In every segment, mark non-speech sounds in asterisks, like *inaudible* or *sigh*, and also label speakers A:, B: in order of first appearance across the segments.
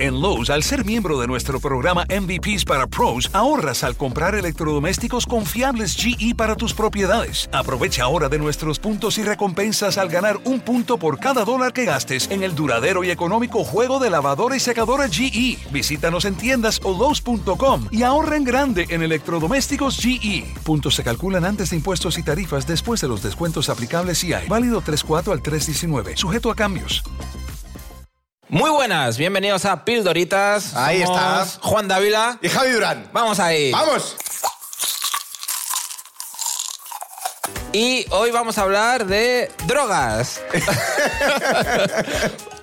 A: En Lowe's, al ser miembro de nuestro programa MVPs para Pros, ahorras al comprar electrodomésticos confiables GE para tus propiedades. Aprovecha ahora de nuestros puntos y recompensas al ganar un punto por cada dólar que gastes en el duradero y económico juego de lavadora y secadora GE. Visítanos en tiendas o Lowe's.com y ahorra en grande en electrodomésticos GE. Puntos se calculan antes de impuestos y tarifas después de los descuentos aplicables y hay. Válido 34 al 319. Sujeto a cambios.
B: Muy buenas, bienvenidos a Pildoritas.
C: Ahí
B: Somos
C: estás.
B: Juan Dávila.
C: Y Javi Durán.
B: Vamos ahí.
C: ¡Vamos!
B: Y hoy vamos a hablar de
C: *laughs*
B: drogas.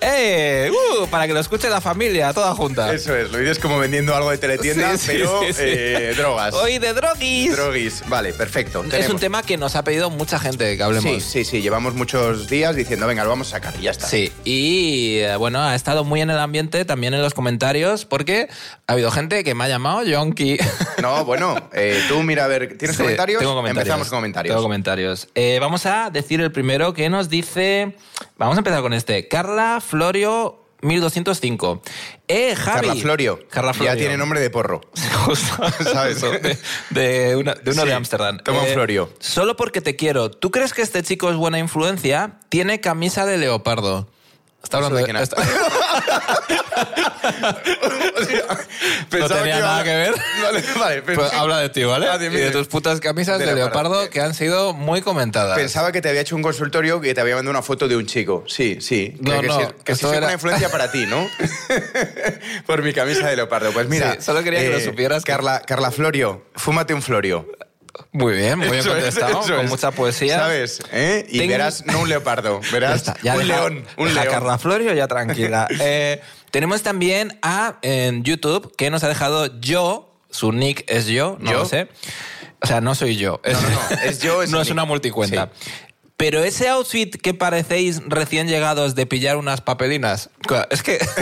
B: ¡Eh! uh, para que lo escuche la familia, toda junta.
C: Eso es, lo dices como vendiendo algo de teletienda,
B: Ah. Sí, sí,
C: pero
B: sí, sí.
C: eh, drogas.
B: Hoy de droguis.
C: Droguis. Vale, perfecto.
B: es un
C: tenemos.
B: tema que nos ha pedido mucha gente que hablemos.
C: Sí, sí, sí. Llevamos muchos días diciendo, venga, lo vamos a sacar y ya está.
B: Sí, y eh, bueno, ha estado muy en el ambiente, también en los comentarios, porque ha habido gente que me ha llamado Yonki. *laughs*
C: No, bueno, eh, tú mira a ver, ¿tienes
B: Sí,
C: comentarios?
B: Tengo comentarios.
C: Empezamos con comentarios.
B: Tengo comentarios. Eh, vamos a decir el primero que nos dice. Vamos a empezar con este. Carla Florio 1205. Eh, Javi.
C: Carla Florio.
B: Carla Florio.
C: Ya tiene nombre de porro.
B: *laughs*
C: *laughs*
B: Justo,
C: ¿Sabes?
B: eso, De, de una- de uno
C: Sí,
B: de Ámsterdam. Eh,
C: toma un Florio.
B: Solo porque te quiero. ¿Tú crees que este chico es buena influencia? Tiene camisa de leopardo. Está
C: ¿Eso
B: hablando
C: de
B: de.
C: quién ha-
B: está-
C: *laughs*
B: *laughs* no
C: *laughs* Pensaba
B: tenía
C: que iba-
B: nada que ver.
C: *laughs* Vale, vale.
B: Pues
C: pensaba-
B: habla de ti, ¿vale?
C: Ah, de mí,
B: y de
C: de-
B: tus putas camisas
C: de
B: de,
C: leopardo.
B: leopardo que han sido muy comentadas.
C: Pensaba que te había hecho un consultorio que te había mandado una foto de un chico. Sí, sí.
B: No,
C: que
B: no,
C: sí, que sí
B: esto
C: soy
B: era-
C: una influencia para
B: *laughs*
C: ti, ¿no? Por mi camisa de leopardo. Pues mira.
B: Sí, solo quería que lo supieras que-
C: Carla, Carla Florio, fúmate un Florio.
B: Muy bien, muy bien
C: *laughs* Eso es,
B: contestado,
C: eso
B: con
C: es.
B: mucha poesía.
C: ¿Sabes? ¿Eh? Y
B: Tengo-
C: verás, no un leopardo,
B: *laughs*
C: verás
B: Ya está, ya
C: un
B: deja-
C: león. Un
B: deja a
C: león.
B: Carla Florio ya
C: *laughs*
B: tranquila. Eh, tenemos también a en YouTube que nos ha dejado yo. Su nick es yo, no
C: ¿Yo?
B: lo sé. O sea, no soy yo.
C: no, no, *laughs* es yo, es
B: *laughs* no
C: el
B: es una
C: nick.
B: multicuenta. Pero ese outfit que parecéis recién llegados de pillar unas papelinas. cua- Es que. *laughs*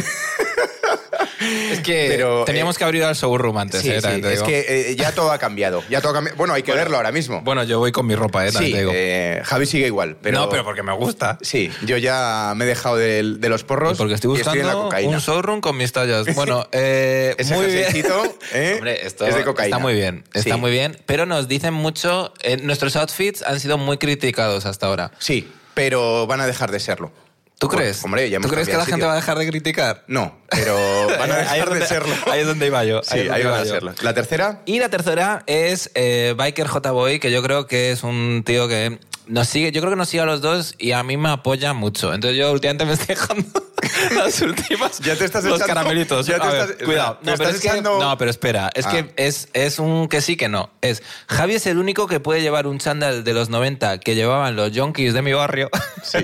B: es que
C: Pero,
B: teníamos
C: eh,
B: que abrir al showroom antes,
C: Sí,
B: eh,
C: sí,
B: también te
C: es
B: digo.
C: que eh, ya todo ha cambiado. Ya todo ha cambiado. Bueno, hay que verlo ahora mismo.
B: Bueno, yo voy con mi ropa, eh, también
C: sí,
B: te digo.
C: eh, Javi sigue igual. Pero...
B: No, pero porque me gusta.
C: Sí, yo ya me he dejado del- de, los porros.
B: Porque estoy
C: y en la
B: buscando
C: cocaína.
B: un showroom con mis tallas.
C: *laughs*
B: Bueno, eh,
C: Ese
B: muy bien. *laughs*
C: jerseycito, ¿eh?
B: Hombre, esto
C: es de cocaína.
B: está muy bien, está
C: Sí.
B: muy bien. Pero nos dicen mucho, eh, nuestros outfits han sido muy criticados hasta ahora.
C: Sí, pero van a dejar de serlo.
B: ¿Tú
C: Bueno,
B: crees?
C: Pues, Hombre, ya hemos
B: ¿Tú crees que la
C: cambiado
B: gente
C: sitio.
B: va a dejar de criticar?
C: No, pero
B: *laughs*
C: van a
B: Ahí es
C: dejar de
B: donde-
C: serlo.
B: Ahí es donde iba yo. es
C: Sí,
B: donde
C: ahí
B: iba
C: van a
B: yo.
C: serlo. La tercera,
B: Y la tercera es eh, Biker J Boy, que yo creo que es un tío que nos sigue, yo creo que nos sigue a los dos y a mí me apoya mucho. Entonces yo últimamente me estoy dejando *laughs* las últimas.
C: Ya te estás
B: los
C: echando-
B: caramelitos.
C: ya te
B: A ver,
C: estás-
B: cuidado.
C: te
B: No, pero
C: estás
B: es que-
C: echando-
B: no, pero espera, es
C: Ah.
B: que es, es un que sí que no. Es Javi es el único que puede llevar un chándal de los 90 que llevaban los yonkis de mi barrio. *laughs* Sí.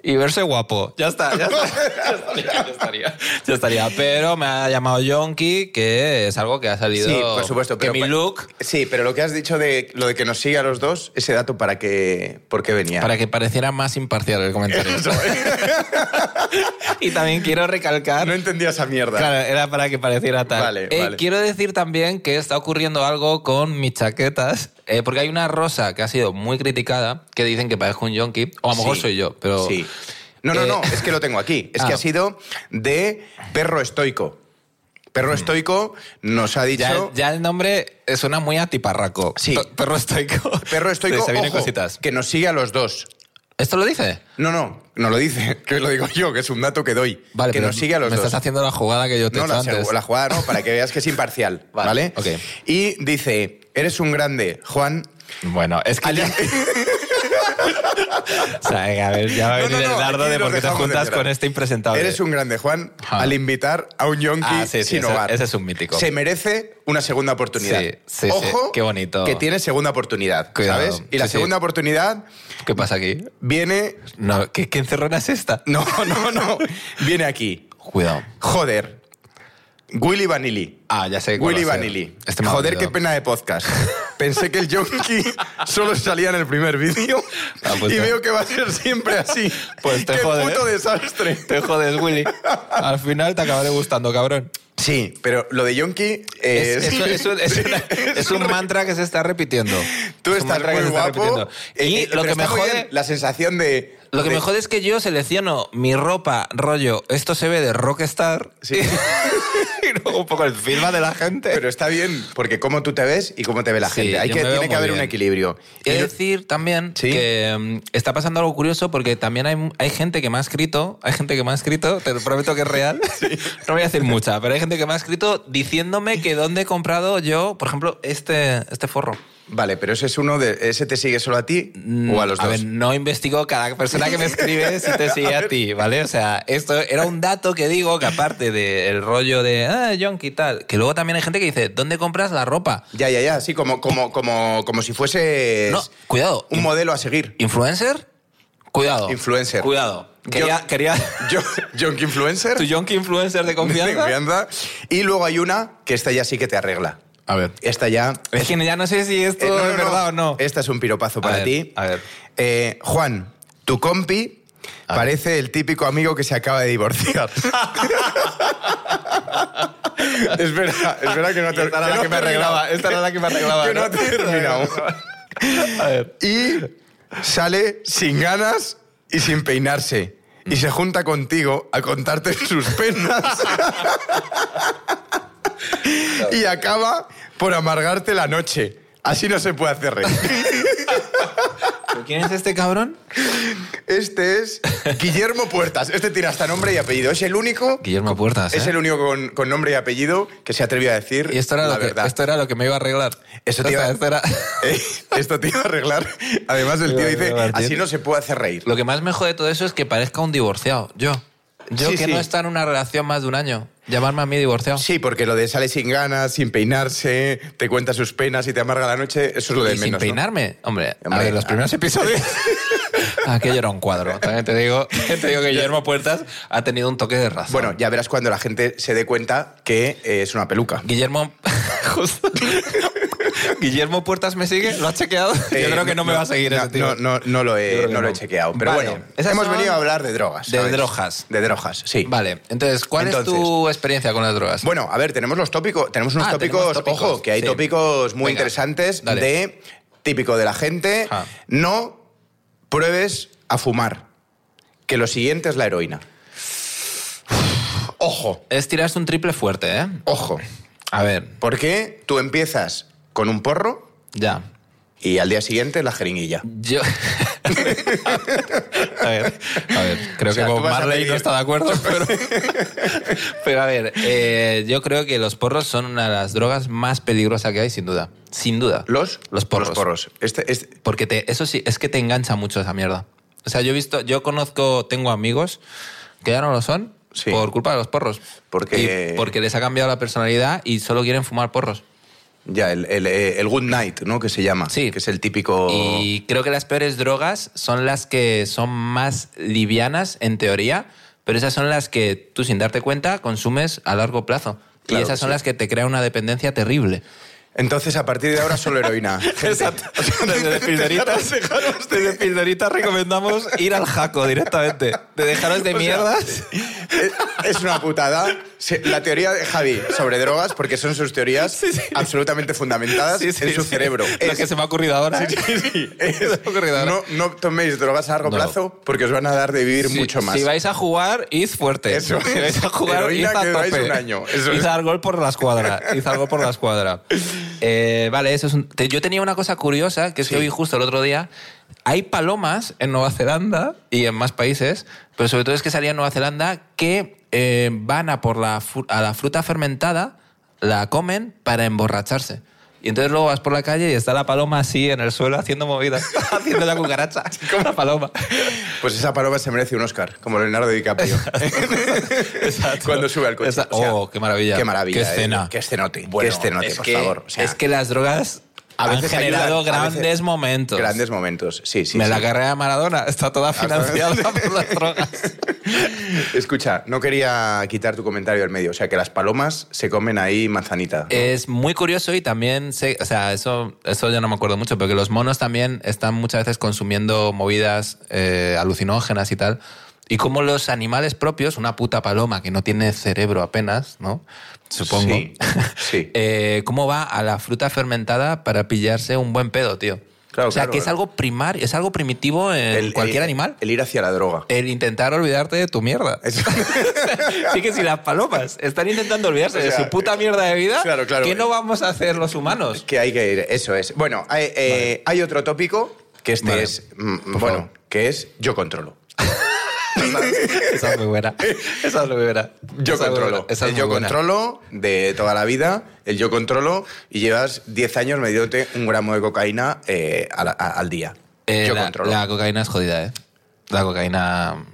B: Y verse guapo. Ya está, *laughs* ya está. Ya estaría, ya estaría. Ya estaría. Pero me ha llamado Yonki, que es algo que ha salido.
C: Sí, por supuesto,
B: Que
C: pero
B: mi
C: pa-
B: look,
C: sí, pero lo que has dicho de lo de que nos sigue a los dos, ese dato para que, por qué venía.
B: para que pareciera más imparcial el comentario. *laughs* y también quiero recalcar.
C: No entendía esa mierda.
B: Claro, era para que pareciera tal.
C: Vale,
B: Eh,
C: vale.
B: Quiero decir también que está ocurriendo algo con mis chaquetas, eh, porque hay una rosa que ha sido muy criticada, que dicen que parezco un yonki, o a lo mejor
C: Sí,
B: soy yo, pero...
C: Sí. No, no,
B: Eh,
C: no, es que lo tengo
B: *laughs*
C: aquí. Es
B: Ah.
C: que ha sido de perro estoico. Perro estoico nos ha dicho.
B: Mm. Ya, ya el nombre suena muy atiparraco.
C: Sí.
B: P- Perro estoico.
C: *laughs* Perro estoico.
B: Se vienen
C: ojo,
B: cositas.
C: Que nos sigue a los dos.
B: ¿Esto lo dice?
C: No, no, no lo dice, *laughs* que lo digo yo, que es un dato que doy.
B: Vale,
C: que
B: pero
C: nos sigue a los
B: me
C: dos.
B: estás haciendo la jugada que yo te he
C: no,
B: hecho
C: la,
B: antes.
C: la jugada no, para que veas que es imparcial,
B: *laughs* Vale,
C: ¿vale?
B: ok.
C: Y dice, eres un grande, Juan.
B: Bueno, es que... ya- *laughs* o sea, venga, a ver, ya va a
C: No, no,
B: venir
C: no,
B: el dardo
C: aquí
B: de
C: nos
B: por qué te
C: dejamos de
B: juntas
C: llorar.
B: con este impresentable.
C: Eres un grande, Juan,
B: Ajá.
C: al invitar a un yonki
B: Ah, sí, sí,
C: sin
B: ese-
C: hogar.
B: ese es un mítico.
C: Se merece una segunda oportunidad.
B: Sí, sí, sí,
C: Ojo,
B: qué bonito.
C: Que tiene segunda oportunidad,
B: Cuidado,
C: ¿sabes? Y la
B: sí, sí.
C: segunda oportunidad
B: ¿Qué pasa aquí?
C: viene... *laughs*
B: No, ¿qué, qué encerrona es esta?
C: No, no, no. viene aquí.
B: Cuidado.
C: Joder. Willy Vanilli.
B: Ah, ya sé. cuál
C: Willy
B: va a ser.
C: Vanilli.
B: Este me ha
C: Joder, qué
B: olvidado.
C: pena de podcast. Pensé que
B: *laughs*
C: el Yonki solo salía en el primer vídeo
B: Ah, pues
C: y
B: te-
C: veo que va a ser siempre así.
B: Pues te
C: ¡Qué
B: jode,
C: puto
B: ¿eh?
C: desastre!
B: Te jodes,
C: *laughs*
B: Willy. Al final te acabaré gustando, cabrón.
C: Sí, pero lo de Yonki eh,
B: Es,
C: es...
B: es- es un- es
C: *laughs*
B: una- es un mantra que se está repitiendo.
C: Tú
B: Es un
C: estás
B: mantra que
C: muy
B: se está
C: guapo.
B: repitiendo.
C: eh,
B: Y
C: eh,
B: lo
C: pero
B: que me
C: está muy Eh.
B: jode...
C: bien La sensación de...
B: Lo que
C: de-
B: me jode es que yo selecciono mi ropa, rollo, esto se ve de rockstar.
C: Sí.
B: *laughs* y luego un poco el feedback de la gente.
C: Pero está bien, porque cómo tú te ves y cómo te ve la
B: Sí,
C: gente. Hay
B: yo
C: que,
B: me veo
C: tiene que
B: muy
C: haber un
B: bien.
C: equilibrio. Y
B: He de
C: yo-
B: decir también
C: Sí.
B: que mm, está pasando algo curioso porque también hay, hay gente que me ha escrito, hay gente que me ha escrito, te lo prometo que es
C: *laughs*
B: real, *laughs* no voy a decir mucha, pero hay gente que me ha escrito diciéndome que dónde he comprado yo, por ejemplo, este, este forro.
C: Vale, pero ese es uno de. ¿Ese te sigue solo a ti
B: Mm,
C: o a los dos?
B: ver, no investigo cada persona que me escribe si te
C: *laughs*
B: sigue a ti, ¿vale? O sea, esto era un dato que digo que aparte del rollo de, ah, Yonki y tal, que luego también hay gente que dice, ¿dónde compras la ropa?
C: Ya, ya, ya. Sí, como, como, como, como si fuese
B: No, cuidado.
C: un modelo a seguir.
B: ¿Influencer? Cuidado.
C: Influencer.
B: Cuidado. Quería,
C: Yo-
B: quería
C: *laughs* Yo, Jonk Influencer. *laughs*
B: tu yonki influencer de
C: de
B: confianza.
C: confianza. Y luego hay una que esta ya sí que te arregla.
B: A ver.
C: Esta ya.
B: Es que ya no sé si esto
C: Eh, no, no,
B: es verdad
C: no.
B: o no.
C: Esta es un piropazo para
B: ver,
C: ti.
B: a ver.
C: Eh, Juan, tu compi
B: A ver.
C: parece el típico amigo que se acaba de
B: *laughs*
C: divorciar. espera, espera que no te
B: Esta era la
C: que no
B: que me
C: he terminado.
B: arreglaba, esta era la que me arreglaba,
C: Que no
B: ¿no?
C: ha
B: *laughs*
C: terminado. Y sale sin ganas y sin peinarse. Y se junta contigo a contarte
B: *laughs*
C: sus penas. y acaba por amargarte la noche. Así no se puede hacer reír.
B: ¿Pero ¿Quién es este cabrón?
C: Este es Guillermo Puertas. Este tiene hasta nombre y apellido. Es el único,
B: Guillermo Puertas.
C: es
B: ¿eh?
C: el único con, con nombre y apellido que se atrevió a decir
B: Y esto era,
C: la
B: lo que,
C: verdad.
B: esto era lo que me iba a arreglar.
C: Eso te
B: O sea,
C: iba-
B: esto era-
C: *laughs* Eh, esto te iba a arreglar. Además, el
B: Iba
C: tío
B: a
C: dice,
B: arreglar, tío.
C: así no se puede hacer reír.
B: Lo que más me jode de todo eso es que parezca un divorciado. Yo. Yo
C: Sí,
B: que
C: sí.
B: no he estado en una relación más de un año. Llamarme a mí divorciado.
C: Sí, porque lo de sale sin ganas, sin peinarse, te cuenta sus penas y te amarga la noche, eso es lo de
B: y sin
C: menos. ¿no?
B: peinarme. Hombre, a
C: Hombre,
B: ver, los
C: ah.
B: primeros episodios. *laughs* Aquello era un cuadro. También te digo, te digo que Guillermo Puertas ha tenido un toque de razón.
C: Bueno, ya verás cuando la gente se dé cuenta que eh, es una peluca.
B: Guillermo. *laughs* Justo. Guillermo Puertas me sigue, lo has chequeado.
C: Eh,
B: Yo creo que no, me va a seguir
C: no,
B: ese tío.
C: No, no, no lo
B: Yo
C: he,
B: creo que
C: no lo he
B: no.
C: chequeado. Pero
B: Vale,
C: bueno,
B: esas
C: hemos
B: son-
C: venido a hablar de drogas.
B: de
C: ¿sabes?
B: drogas.
C: De drogas, sí.
B: Vale, entonces, ¿cuál es tu
C: Entonces-
B: experiencia con las drogas?
C: Bueno, a ver, tenemos los tópicos. Tenemos unos
B: Ah,
C: tópicos,
B: tenemos tópicos,
C: ojo, que hay
B: sí.
C: tópicos muy
B: Venga,
C: interesantes
B: dale. Ah.
C: de típico de la gente.
B: Ajá.
C: No pruebes a fumar, que lo siguiente es la heroína. Ojo,
B: Es tirarse un triple fuerte, ¿eh?
C: ojo.
B: A ver,
C: Porque tú empiezas con un porro
B: ya.
C: y al día siguiente la jeringuilla.
B: Yo. *laughs* a ver, a ver, creo
C: O sea,
B: que
C: tú
B: Bob
C: vas a
B: Marley
C: pedir-
B: no está de acuerdo, *laughs* pero. pero a ver, eh, yo creo que los porros son una de las drogas más peligrosas que hay, sin duda. Sin duda.
C: ¿Los?
B: Los porros.
C: Este, este-
B: Porque te, eso sí, es que te engancha mucho esa mierda. O sea, yo he visto, yo conozco, tengo amigos que ya no lo son
C: Sí.
B: por culpa de los porros.
C: Porque-
B: Y porque les ha cambiado la personalidad y solo quieren fumar porros.
C: ya, el, el- eh, el good night, ¿no? Que se llama.
B: Sí.
C: Que es el típico...
B: Y creo que las peores drogas son las que son más livianas en teoría, pero esas son las que tú sin darte cuenta consumes a largo plazo.
C: Claro
B: y esas
C: que
B: son
C: sí.
B: las que te crean una dependencia terrible.
C: Entonces, a partir de ahora,
B: *laughs*
C: solo heroína. gente.
B: Desde Pildoritas, desde Pildoritas recomendamos ir al jaco directamente. De dejaros de mierdas.
C: Es- Es una putada. Se- La teoría de Javi sobre drogas, porque son sus teorías absolutamente fundamentadas
B: Sí, sí,
C: en su
B: sí.
C: cerebro.
B: Lo
C: Es-
B: que se me ha ocurrido ahora.
C: es-
B: se me ha ocurrido ahora.
C: no, no toméis drogas a largo
B: No.
C: plazo porque os van a dar de vivir
B: Si-
C: mucho más.
B: Si vais a jugar, id fuerte.
C: Eso
B: *laughs* Si vais a jugar, id
C: Heroína
B: a
C: que vais
B: tope.
C: un año. Eso
B: Id
C: es.
B: al gol por la escuadra. Id al gol por la
C: *laughs*
B: escuadra. Eh, vale, eso es un- te- yo tenía una cosa curiosa que es que
C: Sí.
B: vi justo el otro día. Hay palomas en Nueva Zelanda y en más países, pero sobre todo es que salía en Nueva Zelanda que eh, van a por la, fu- a la fruta fermentada, la comen para emborracharse. Y entonces luego vas por la calle y está la paloma así en el suelo haciendo movidas, *laughs* haciendo la cucaracha. Como la paloma.
C: Pues esa paloma se merece un Oscar, como Leonardo DiCaprio. *laughs* Cuando sube al coche.
B: Esa-
C: O sea,
B: oh, qué maravilla.
C: Qué maravilla.
B: Qué
C: eh.
B: escena.
C: Qué escenote.
B: Bueno,
C: qué escenote,
B: es
C: por
B: que-
C: favor. O sea,
B: es que las drogas
C: a
B: han
C: veces
B: generado
C: ayudan, a
B: grandes
C: veces-
B: momentos.
C: Grandes momentos. Sí, sí.
B: Me
C: sí.
B: la carrera de Maradona está toda financiada *laughs*
C: Hasta-
B: por las drogas.
C: Escucha, no quería quitar tu comentario del medio. O sea, que las palomas se comen ahí manzanita. ¿no?
B: Es muy curioso y también sé, o sea, eso, eso ya no me acuerdo mucho, pero que los monos también están muchas veces consumiendo movidas eh, alucinógenas y tal. Y como los animales propios, una puta paloma que no tiene cerebro apenas, ¿no? Supongo.
C: Sí, sí. *laughs*
B: Eh, ¿Cómo va a la fruta fermentada para pillarse un buen pedo, tío?
C: Claro,
B: o sea,
C: claro,
B: que es
C: claro.
B: algo primario, es algo primitivo en cualquier
C: el-
B: animal.
C: El ir hacia la droga.
B: El intentar olvidarte de tu mierda. *laughs*
C: Es-
B: Así que si las palomas están intentando olvidarse
C: O sea,
B: de su puta mierda de vida,
C: claro, claro.
B: ¿qué no vamos a hacer los
C: *laughs*
B: humanos?
C: *laughs* que hay que ir, eso es. Bueno, hay, eh, hay otro tópico que este
B: Vale.
C: es, mm, bueno, que es yo controlo.
B: Esa es muy
C: *laughs*
B: buena. Esa es muy buena.
C: Yo
B: Esa es muy
C: controlo.
B: buena. Esa es
C: el
B: muy
C: yo
B: buena.
C: controlo de toda la vida, el yo controlo, y llevas 10 años mediándote un gramo de cocaína eh, a la- a- al día.
B: Eh,
C: yo
B: la,
C: controlo.
B: la cocaína es jodida, ¿eh? La cocaína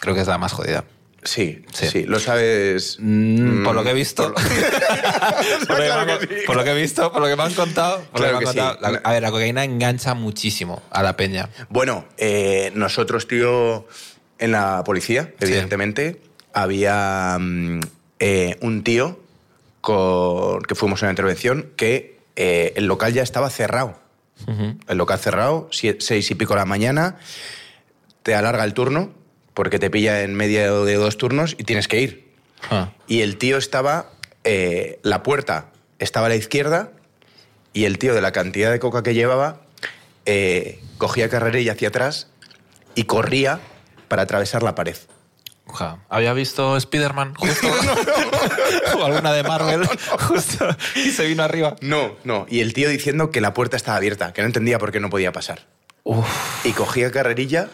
B: creo que es la más jodida.
C: Sí, sí,
B: Sí.
C: lo sabes.
B: Mm, por lo que he visto. *laughs* Por lo, que
C: Claro
B: me han-
C: que sí.
B: por lo que he visto, por lo que me han contado. por lo
C: Claro
B: que me han
C: que sí.
B: contado. La- a ver, la cocaína engancha muchísimo a la peña.
C: Bueno, eh, nosotros, tío, en la policía,
B: Sí.
C: evidentemente, había mm, eh, un tío con, que fuimos a una intervención que eh, el local ya estaba cerrado. El local cerrado, sie- seis y pico de la mañana, te alarga el turno porque te pilla en medio de dos turnos y tienes que ir.
B: Ah.
C: Y el tío estaba, eh, la puerta estaba a la izquierda y el tío de la cantidad de coca que llevaba eh, cogía carrerilla hacia atrás y corría para atravesar la pared.
B: Oja, había visto Spider-Man justo. *laughs* o alguna de Marvel justo. Y se vino arriba.
C: No, no. Y el tío diciendo que la puerta estaba abierta, que no entendía por qué no podía pasar.
B: Uf.
C: Y cogía carrerilla,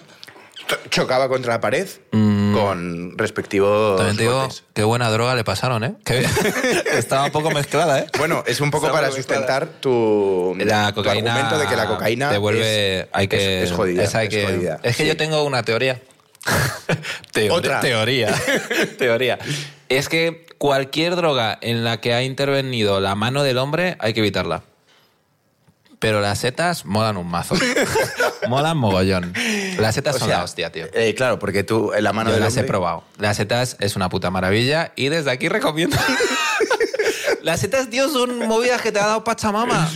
C: cho- chocaba contra la pared con respectivos
B: Mm. También te digo,
C: botes.
B: qué buena droga le pasaron, ¿eh? Qué bien. *laughs* Estaba un poco mezclada, ¿eh?
C: Bueno, es un poco
B: Estaba
C: para
B: mezclada.
C: sustentar tu,
B: La
C: tu
B: cocaína
C: argumento de que la cocaína
B: te vuelve,
C: es,
B: hay que,
C: es, es jodida.
B: esa hay
C: es
B: que-
C: jodida.
B: es que
C: Sí.
B: yo tengo una
C: *laughs*
B: teoría. Teoría-
C: Otra. *laughs*
B: Teoría. teoría. Es que cualquier droga en la que ha intervenido la mano del hombre hay que evitarla. Pero las setas molan un
C: *laughs*
B: mazo. molan mogollón. Las setas
C: O
B: son
C: sea,
B: la hostia, tío.
C: eh, claro, porque tú en la mano
B: Yo
C: del
B: las he
C: hombre-
B: probado. Las setas es una puta maravilla y desde aquí
C: *laughs*
B: recomiendo. las setas, tío, son movidas que te ha dado Pachamama.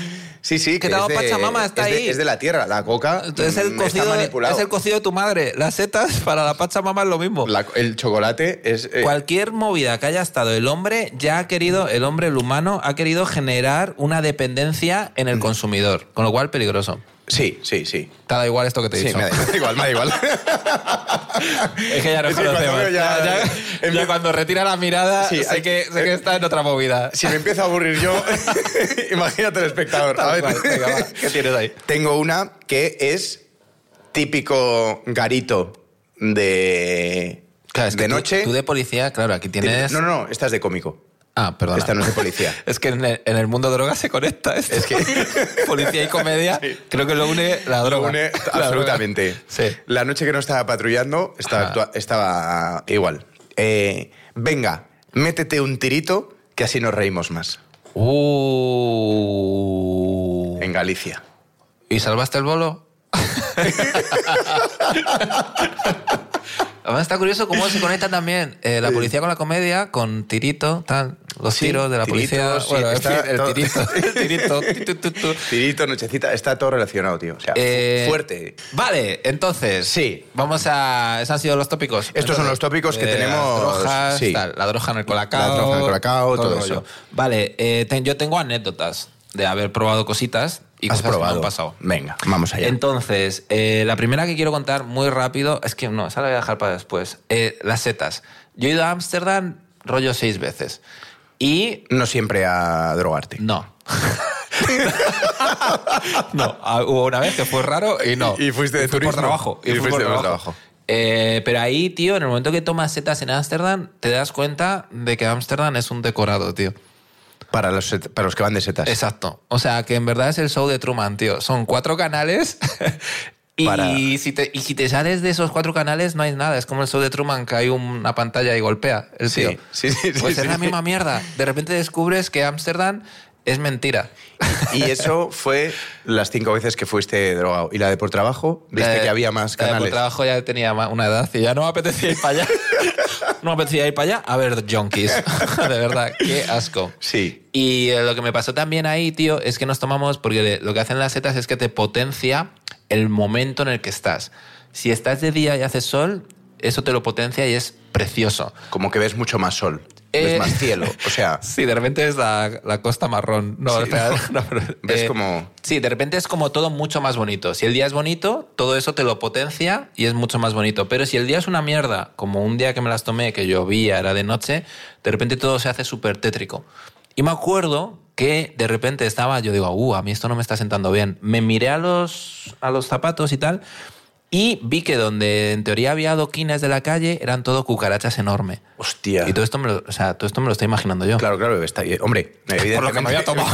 C: Sí, sí,
B: Que te ha dado
C: es de-
B: Pachamama, está
C: es de-
B: ahí.
C: es de la tierra, la coca.
B: Es el,
C: mm, está
B: cocido,
C: manipulado.
B: es el cocido de tu madre. Las setas para la Pachamama es lo mismo.
C: La- el chocolate es. eh,
B: Cualquier movida que haya estado el hombre ya ha
C: Mm.
B: querido, el hombre, el humano, ha querido generar una dependencia en
C: Mm.
B: el consumidor. Con lo cual, peligroso.
C: sí, sí, sí.
B: Te da igual esto que te he
C: Sí,
B: dicho.
C: me da me da igual, me da igual.
B: *laughs* Es que ya nos
C: *laughs* Es que cuando
B: conocemos.
C: veo ya- eh,
B: Ya, ya-
C: en
B: ya
C: mi-
B: cuando retira la mirada,
C: Sí,
B: sé,
C: hay-
B: que, sé que está en otra movida.
C: Si me empiezo a aburrir yo, *laughs* imagínate el espectador. A
B: Tal
C: ver.
B: cual. Venga, va. *laughs* ¿Qué tienes ahí?
C: Tengo una que es típico garito de,
B: Claro, es que
C: de
B: tú-
C: noche.
B: Tú, de policía, claro, aquí tienes.
C: No, no, no, esta es de cómico.
B: Ah, perdón.
C: Esta no es de policía.
B: Es que en el, en el mundo droga se conecta esto.
C: Es que-
B: *laughs* policía y comedia, creo que *laughs* lo une la droga. *laughs*
C: Une
B: La droga.
C: absolutamente.
B: Sí.
C: La noche que no estaba patrullando estaba,
B: Ajá.
C: actua- estaba igual. Eh, venga, métete un tirito que así nos reímos más.
B: Uh.
C: En Galicia.
B: ¿Y salvaste el bolo? *laughs* Además está curioso cómo se conecta también eh, la policía con la comedia, con tirito, tal, los
C: Sí,
B: tiros de la
C: tirito,
B: policía.
C: sí,
B: bueno, en
C: está
B: fin, el
C: todo-
B: tirito, *laughs* el tirito. tu, tu, tu, tu.
C: Tirito, nochecita, está todo relacionado, tío. O sea, fu-
B: Eh,
C: fuerte.
B: Vale, entonces.
C: Sí.
B: Vamos a. Esos han sido los tópicos.
C: Estos son los tópicos que
B: eh,
C: tenemos,
B: Las drogas,
C: sí.
B: tal, la droga en el colacao.
C: La droga en el colacao, todo
B: el rollo.
C: eso.
B: Vale, eh, ten- yo tengo anécdotas de haber probado cositas y
C: Has
B: cosas que me
C: probado.
B: han pasado.
C: Venga, vamos allá.
B: Entonces, eh, la primera que quiero contar muy rápido es que no, esa la voy a dejar para después. Eh, las setas. Yo he ido a Ámsterdam rollo seis veces. Y
C: no siempre a drogarte. *laughs*
B: no. no, ah, hubo una vez que fue raro y no.
C: Y fuiste de
B: fui
C: turismo.
B: por trabajo.
C: Y
B: fui
C: fuiste por trabajo.
B: Eh, pero ahí, tío, en el momento que tomas setas en Ámsterdam, te das cuenta de que Ámsterdam es un decorado, tío.
C: Para los, set- para los que van de setas.
B: Exacto. O sea, que en verdad es el show de Truman, tío. Son cuatro canales. *laughs* Y,
C: Para-
B: si te, y si te sales de esos cuatro canales, no hay nada. Es como el show de Truman, que hay una pantalla y golpea. El
C: Sí,
B: tío.
C: *laughs* sí, sí, sí,
B: Pues es
C: sí,
B: la
C: sí.
B: misma mierda. De repente descubres que Ámsterdam es mentira.
C: *laughs* Y eso fue las cinco veces que fuiste drogado. ¿Y la de por trabajo? ¿Viste
B: La de-
C: que había más
B: Eh, la de
C: canales?
B: Por trabajo ya tenía ma- una edad y ya no me apetecía ir *laughs* para allá. no me apetecía ir para allá a ver junkies. *laughs* de verdad, qué asco.
C: Sí.
B: Y eh, lo que me pasó también ahí, tío, es que nos tomamos, porque de- lo que hacen las setas es que te potencia el momento en el que estás. Si estás de día y hace sol, eso te lo potencia y es precioso.
C: Como que ves mucho más sol. ves
B: Eh. *laughs*
C: más cielo. O sea,
B: Sí, de repente es la, la costa marrón. No, *laughs*
C: Sí.
B: espera, no, pero,
C: Ves
B: eh,
C: como-
B: Sí, de repente es como todo mucho más bonito. Si el día es bonito, todo eso te lo potencia y es mucho más bonito. Pero si el día es una mierda, como un día que me las tomé, que llovía, era de noche, de repente todo se hace súper tétrico. Y me acuerdo que de repente estaba, yo digo, uh, a mí esto no me está sentando bien. Me miré a los, a los zapatos y tal. Y vi que donde en teoría había adoquines de la calle eran todo cucarachas enorme.
C: hostia.
B: Y todo esto me lo, o sea, todo esto me lo estoy imaginando yo.
C: Claro, claro, está bien. Hombre,
B: *laughs*
C: evidentemente.
B: Por lo que me había
C: *laughs*
B: tomado.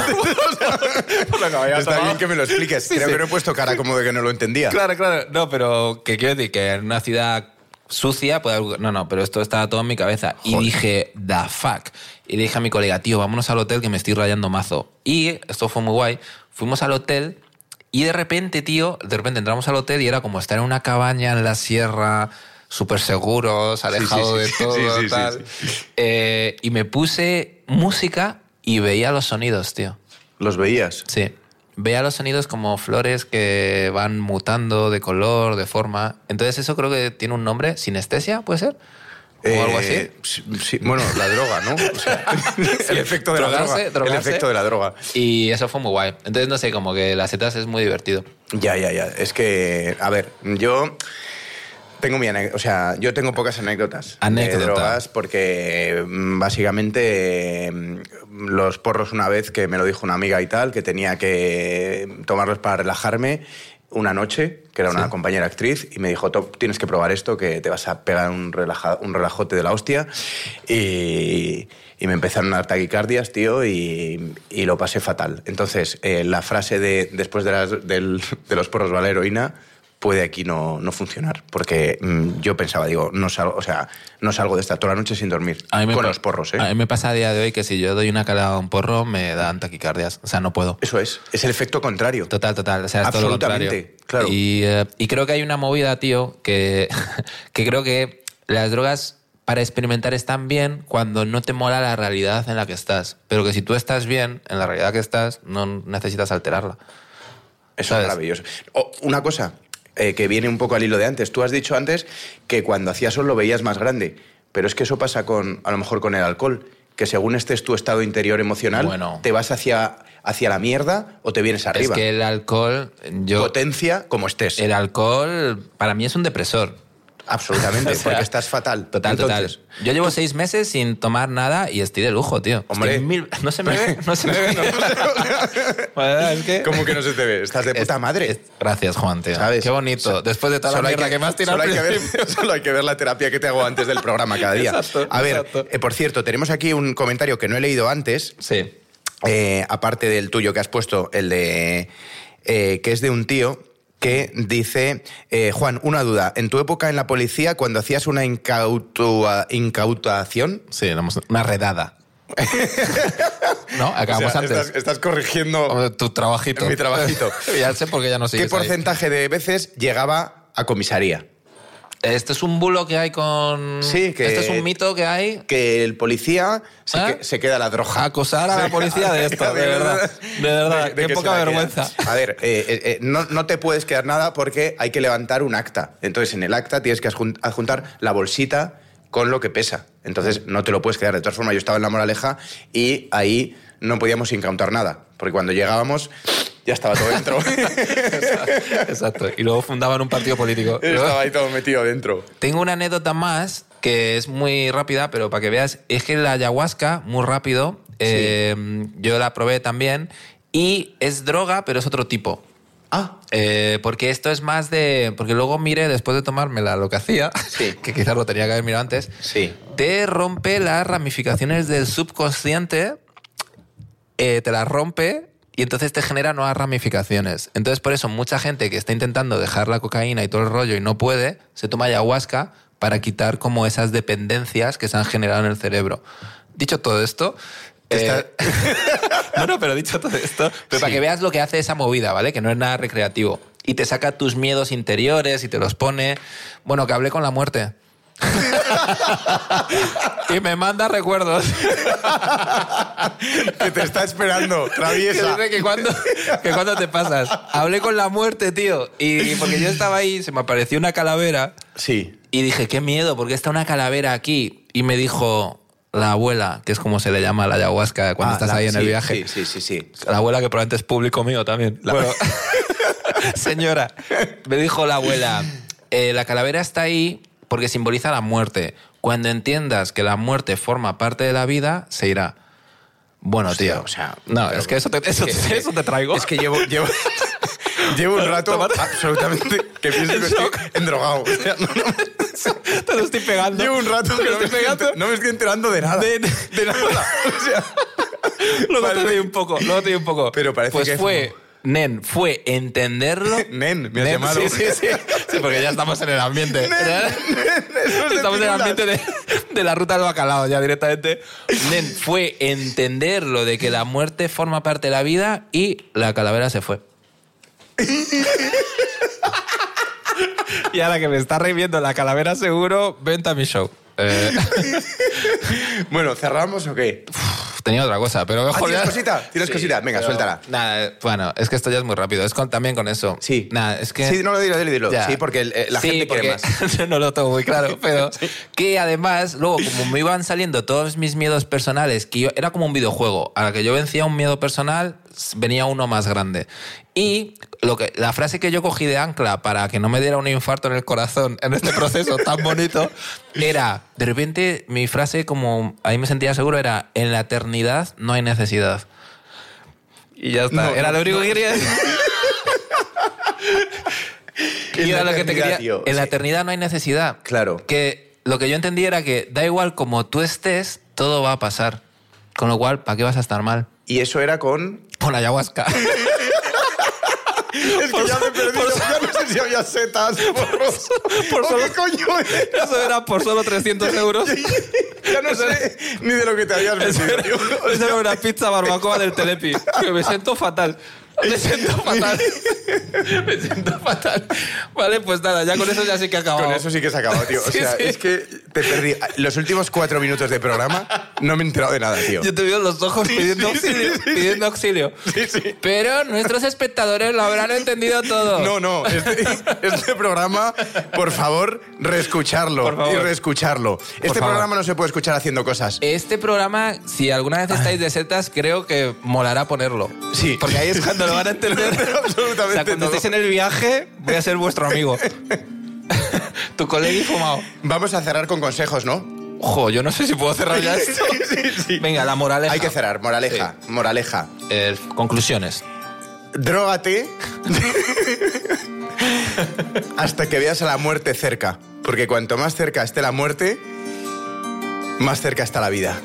B: Por lo que me había
C: Está
B: tomado.
C: bien que me lo expliques.
B: Sí,
C: Creo
B: sí.
C: que no he puesto cara como de que no lo entendía.
B: Claro, claro. No, pero que quiero decir que en una ciudad sucia puede haber- No, no, pero esto estaba todo en mi cabeza. Y
C: Joder.
B: dije, the fuck. Y le dije a mi colega, tío, vámonos al hotel que me estoy rayando mazo. Y esto fue muy guay. Fuimos al hotel y de repente, tío, de repente entramos al hotel y era como estar en una cabaña en la sierra, súper seguros, alejado
C: sí, sí.
B: de todo,
C: Sí, sí, sí,
B: tal. Eh, y me puse música y veía los sonidos, tío.
C: Los veías.
B: Sí. Vea los sonidos como flores que van mutando de color, de forma. Entonces eso creo que tiene un nombre, sinestesia, ¿puede ser? O
C: Eh,
B: algo así.
C: sí, sí, bueno, la droga, ¿no? O
B: *laughs*
C: sea, *laughs* el efecto de
B: Drogarse,
C: la droga. El
B: drogarse.
C: efecto de la droga.
B: Y eso fue muy guay. Entonces no sé, como que las setas es muy divertido.
C: Ya, ya, ya. Es que, a ver, yo tengo mi ane- o sea, yo tengo pocas anécdotas
B: Anécdota.
C: de drogas porque mm, básicamente mm, los porros una vez que me lo dijo una amiga y tal, que tenía que tomarlos para relajarme una noche, que era una
B: Sí.
C: compañera actriz, y me dijo, "Top, tienes que probar esto, que te vas a pegar un, relaja- un relajote de la hostia. Y, y me empezaron a dar taquicardias, tío, y, y lo pasé fatal. Entonces, eh, la frase de después de, las- del- de los porros va la heroína puede aquí no, no funcionar, porque mm, yo pensaba, digo, no salgo, o sea, no salgo de esta toda la noche sin dormir, con
B: pa-
C: los porros, ¿eh?
B: A mí me pasa a día de hoy que si yo doy una calada a un porro me dan taquicardias. O sea, no puedo.
C: Eso es, es el efecto contrario.
B: Total, total. O sea, es todo lo
C: Absolutamente,
B: contrario.
C: claro.
B: Y, eh, y creo que hay una movida, tío, que, *laughs* que creo que las drogas para experimentar están bien cuando no te mola la realidad en la que estás. Pero que si tú estás bien en la realidad que estás, no necesitas alterarla.
C: Eso
B: ¿Sabes?
C: es maravilloso. O, una cosa eh, que viene un poco al hilo de antes. Tú has dicho antes que cuando hacías sol lo veías más grande, pero es que eso pasa con, a lo mejor con el alcohol, que según estés tu estado interior emocional,
B: Bueno.
C: te vas hacia, hacia la mierda o te vienes arriba.
B: Es que el alcohol, yo,
C: Potencia como estés.
B: el alcohol para mí es un depresor.
C: Absolutamente,
B: *laughs* O sea,
C: porque estás fatal.
B: Total,
C: Entonces,
B: total. Yo llevo seis meses sin tomar nada y estoy de lujo, tío.
C: Hombre.
B: Estoy mil- No
C: *laughs*
B: se me ve, no se me ve. *laughs* es que...
C: ¿Cómo que no se te ve? Estás de
B: Es-
C: puta madre.
B: es- gracias, Juan, tío.
C: ¿Sabes?
B: Qué bonito. Después de toda la mierda que, me has tirado.
C: solo hay que,
B: al
C: ver,
B: principio.
C: *laughs* solo hay que ver la terapia que te hago antes del programa cada día.
B: Exacto,
C: a ver,
B: exacto.
C: eh, por cierto, tenemos aquí un comentario que no he leído antes,
B: Sí.
C: eh, aparte del tuyo que has puesto, el de. eh, que es de un tío que dice. eh, Juan, una duda. En tu época en la policía, cuando hacías una incautua- incautación.
B: Sí, la hemos- una
C: *laughs*
B: redada. no,
C: o
B: acabamos
C: sea,
B: antes.
C: Estás, estás corrigiendo
B: Hombre, Tu trabajito.
C: mi *laughs* trabajito.
B: ya sé por qué ya no sigues
C: ¿Qué
B: ahí.
C: porcentaje de veces llegaba a comisaría?
B: Este es un bulo que hay con...
C: Sí, que-
B: Este es un mito que hay...
C: Que el policía se,
B: ¿Ah?
C: que- se queda la droga.
B: Acosar a la policía de esto,
C: *laughs*
B: de verdad. De verdad,
C: De- de
B: qué
C: que se
B: poca
C: la queda.
B: vergüenza.
C: A ver, eh, eh, eh, no, no te puedes quedar nada porque hay que levantar un acta. Entonces, en el acta tienes que adjun- adjuntar la bolsita con lo que pesa. Entonces, no te lo puedes quedar. De todas formas, yo estaba en la moraleja y ahí no podíamos incautar nada. Porque cuando llegábamos, ya estaba
B: *laughs*
C: todo dentro. *laughs*
B: Exacto. Y luego fundaban un partido político.
C: *laughs* estaba ahí todo metido dentro.
B: Tengo una anécdota más que es muy rápida, pero para que veas, es que la ayahuasca, muy rápido, eh, yo la probé también, y es droga, pero es otro tipo.
C: Ah,
B: Eh, porque esto es más de. Porque luego miré, después de tomármela, lo que hacía,
C: Sí.
B: *laughs* que quizás lo tenía que haber mirado antes,
C: sí.
B: te rompe las ramificaciones del subconsciente, eh, te las rompe y entonces te genera nuevas ramificaciones. Entonces, por eso, mucha gente que está intentando dejar la cocaína y todo el rollo y no puede, se toma ayahuasca para quitar como esas dependencias que se han generado en el cerebro. Dicho todo esto. eh, *laughs* no, no, pero dicho todo esto, pero para
C: Sí.
B: que veas lo que hace esa movida, ¿vale? Que no es nada recreativo. Y te saca tus miedos interiores y te los pone. Bueno, que hablé con la muerte. y me manda recuerdos.
C: Que te está *laughs* esperando,
B: Que
C: traviesa.
B: dice que cuando, que cuando te pasas. Hablé con la muerte, tío. Y porque yo estaba ahí, se me apareció una calavera
C: Sí.
B: y dije, qué miedo, porque está una calavera aquí. Y me dijo, la abuela, que es como se le llama a la ayahuasca cuando
C: Ah,
B: estás
C: la-
B: ahí en el
C: sí,
B: viaje.
C: Sí, sí, sí. sí.
B: La abuela que probablemente es público mío también. La-
C: Bueno.
B: *laughs* Señora, me dijo la abuela, eh, la calavera está ahí porque simboliza la muerte. Cuando entiendas que la muerte forma parte de la vida, se irá. Bueno,
C: Hostia,
B: tío,
C: o sea,
B: no,
C: pero-
B: es que eso te, eso,
C: es
B: te- eso te traigo.
C: Es que llevo, llevo, llevo un rato
B: Tomate.
C: absolutamente que pienso
B: En
C: que estoy
B: shock.
C: endrogado. O sea, no- no-
B: *laughs* te lo estoy pegando.
C: llevo un rato
B: Te
C: que
B: lo
C: *laughs* no me,
B: estoy
C: estoy
B: pegando.
C: enter- no me estoy enterando de nada.
B: De-
C: de nada. *laughs*
B: *laughs*
C: O sea,
B: Luego
C: Vale.
B: te doy un poco, luego te doy un poco.
C: Pero parece
B: pues
C: que es
B: fue, Nen, fue entenderlo.
C: *laughs* Nen, me has llamado.
B: Sí, sí, sí. Sí, porque ya estamos en el ambiente. estamos en el ambiente de, de la ruta del bacalao ya directamente. Nen, fue entender lo de que la muerte forma parte de la vida y la calavera se
C: *laughs*
B: fue. y ahora que me está reviviendo la calavera seguro, vente a mi show. Eh,
C: Bueno, ¿cerramos o qué?
B: pf, tenía otra cosa, pero mejor
C: Ah, ¿tienes
B: ya-
C: cosita? ¿Tienes cosita? Venga, suéltala.
B: Nada, eh, bueno, es que esto ya es muy rápido. Es con- también con eso.
C: Sí.
B: Nada, es que...
C: Sí, no lo dilo, dilo, dilo.
B: Ya.
C: Sí, porque el- eh, la
B: Sí,
C: gente quiere más.
B: porque- *laughs* no lo tengo muy
C: *laughs*
B: claro, pero que además, luego, como me iban saliendo todos mis miedos personales, que yo, era como un videojuego, a la que yo vencía un miedo personal, s- venía uno más grande. Y lo que, la frase que yo cogí de ancla para que no me diera un infarto en el corazón en este proceso
C: *laughs*
B: tan bonito era, de repente, mi frase, como ahí me sentía seguro, era: en la eternidad no hay necesidad. Y ya está.
C: No,
B: era
C: no,
B: lo único que quería
C: *laughs*
B: decir. Y
C: En
B: era
C: la
B: lo que te
C: eternidad,
B: quería.
C: tío.
B: en la
C: Sí.
B: eternidad no hay necesidad.
C: Claro.
B: Que lo que yo entendí era que da igual como tú estés, todo va a pasar. Con lo cual, ¿para qué vas a estar mal?
C: Y eso era con...
B: Con la ayahuasca.
C: Es que ya me he perdido, ya no sé si había setas, porros,
B: por
C: o
B: solo-
C: qué coño
B: *laughs*
C: era.
B: Eso era por solo 300 *laughs* euros.
C: Ya no sé ni de lo que te habías
B: Eso
C: metido,
B: era,
C: tío. O
B: eso
C: sea,
B: era
C: *laughs*
B: una pizza barbacoa del Telepi. Que me siento fatal. *laughs* Me siento fatal. Me *laughs* siento fatal. Vale, pues nada, ya con eso ya sí que he acabado.
C: Con eso sí que se acabó, tío. O
B: Sí,
C: sea,
B: sí.
C: es que te perdí. Los últimos cuatro minutos de programa no me he enterado de nada, tío.
B: Yo te veo los ojos pidiendo
C: sí,
B: auxilio.
C: sí, sí,
B: pidiendo auxilio.
C: Sí, sí.
B: Pero nuestros espectadores lo habrán entendido todo. *laughs*
C: No, no, este, este programa, por favor, reescucharlo
B: Por favor.
C: y reescucharlo. Este
B: favor.
C: programa no se puede escuchar haciendo cosas.
B: Este programa, si alguna vez estáis de setas, creo que molará ponerlo.
C: Ah. Sí.
B: Porque ahí es cuando lo van a
C: *laughs*
B: entender.
C: Absolutamente
B: O sea, cuando
C: todo.
B: estéis en el viaje, voy a ser vuestro amigo. *laughs* tu colega y fumado.
C: Vamos a cerrar con consejos, ¿no?
B: Jo, yo no sé si puedo cerrar
C: *laughs*
B: ya esto. Venga, la moraleja.
C: Hay que cerrar, moraleja, moraleja.
B: Eh, conclusiones.
C: Drógate *laughs* hasta que veas a la muerte cerca. Porque cuanto más cerca esté la muerte, más cerca está la vida.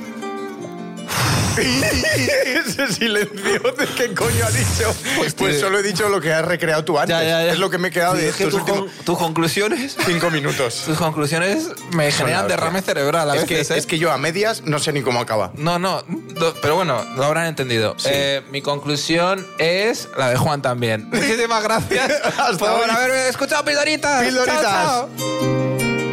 C: *laughs* Ese silencio de qué coño ha dicho.
B: Pues
C: Pues,
B: tiene-
C: solo he dicho lo que has recreado tú antes.
B: Ya, ya, ya.
C: Es lo que me he quedado de
B: Es que
C: estos
B: tus
C: últimos
B: con- tus conclusiones.
C: cinco minutos.
B: Tus conclusiones me generan
C: hostia.
B: derrame cerebral a
C: Es que,
B: veces. ¿eh?
C: es que yo a medias no sé ni cómo acaba.
B: No, no, do- pero bueno, lo habrán entendido. Eh, mi conclusión es la de Juan
C: *laughs*
B: también. Muchísimas gracias
C: Hasta
B: por
C: hoy.
B: haberme escuchado, Pildoritas. Chao,
C: Pildoritas.
B: chao.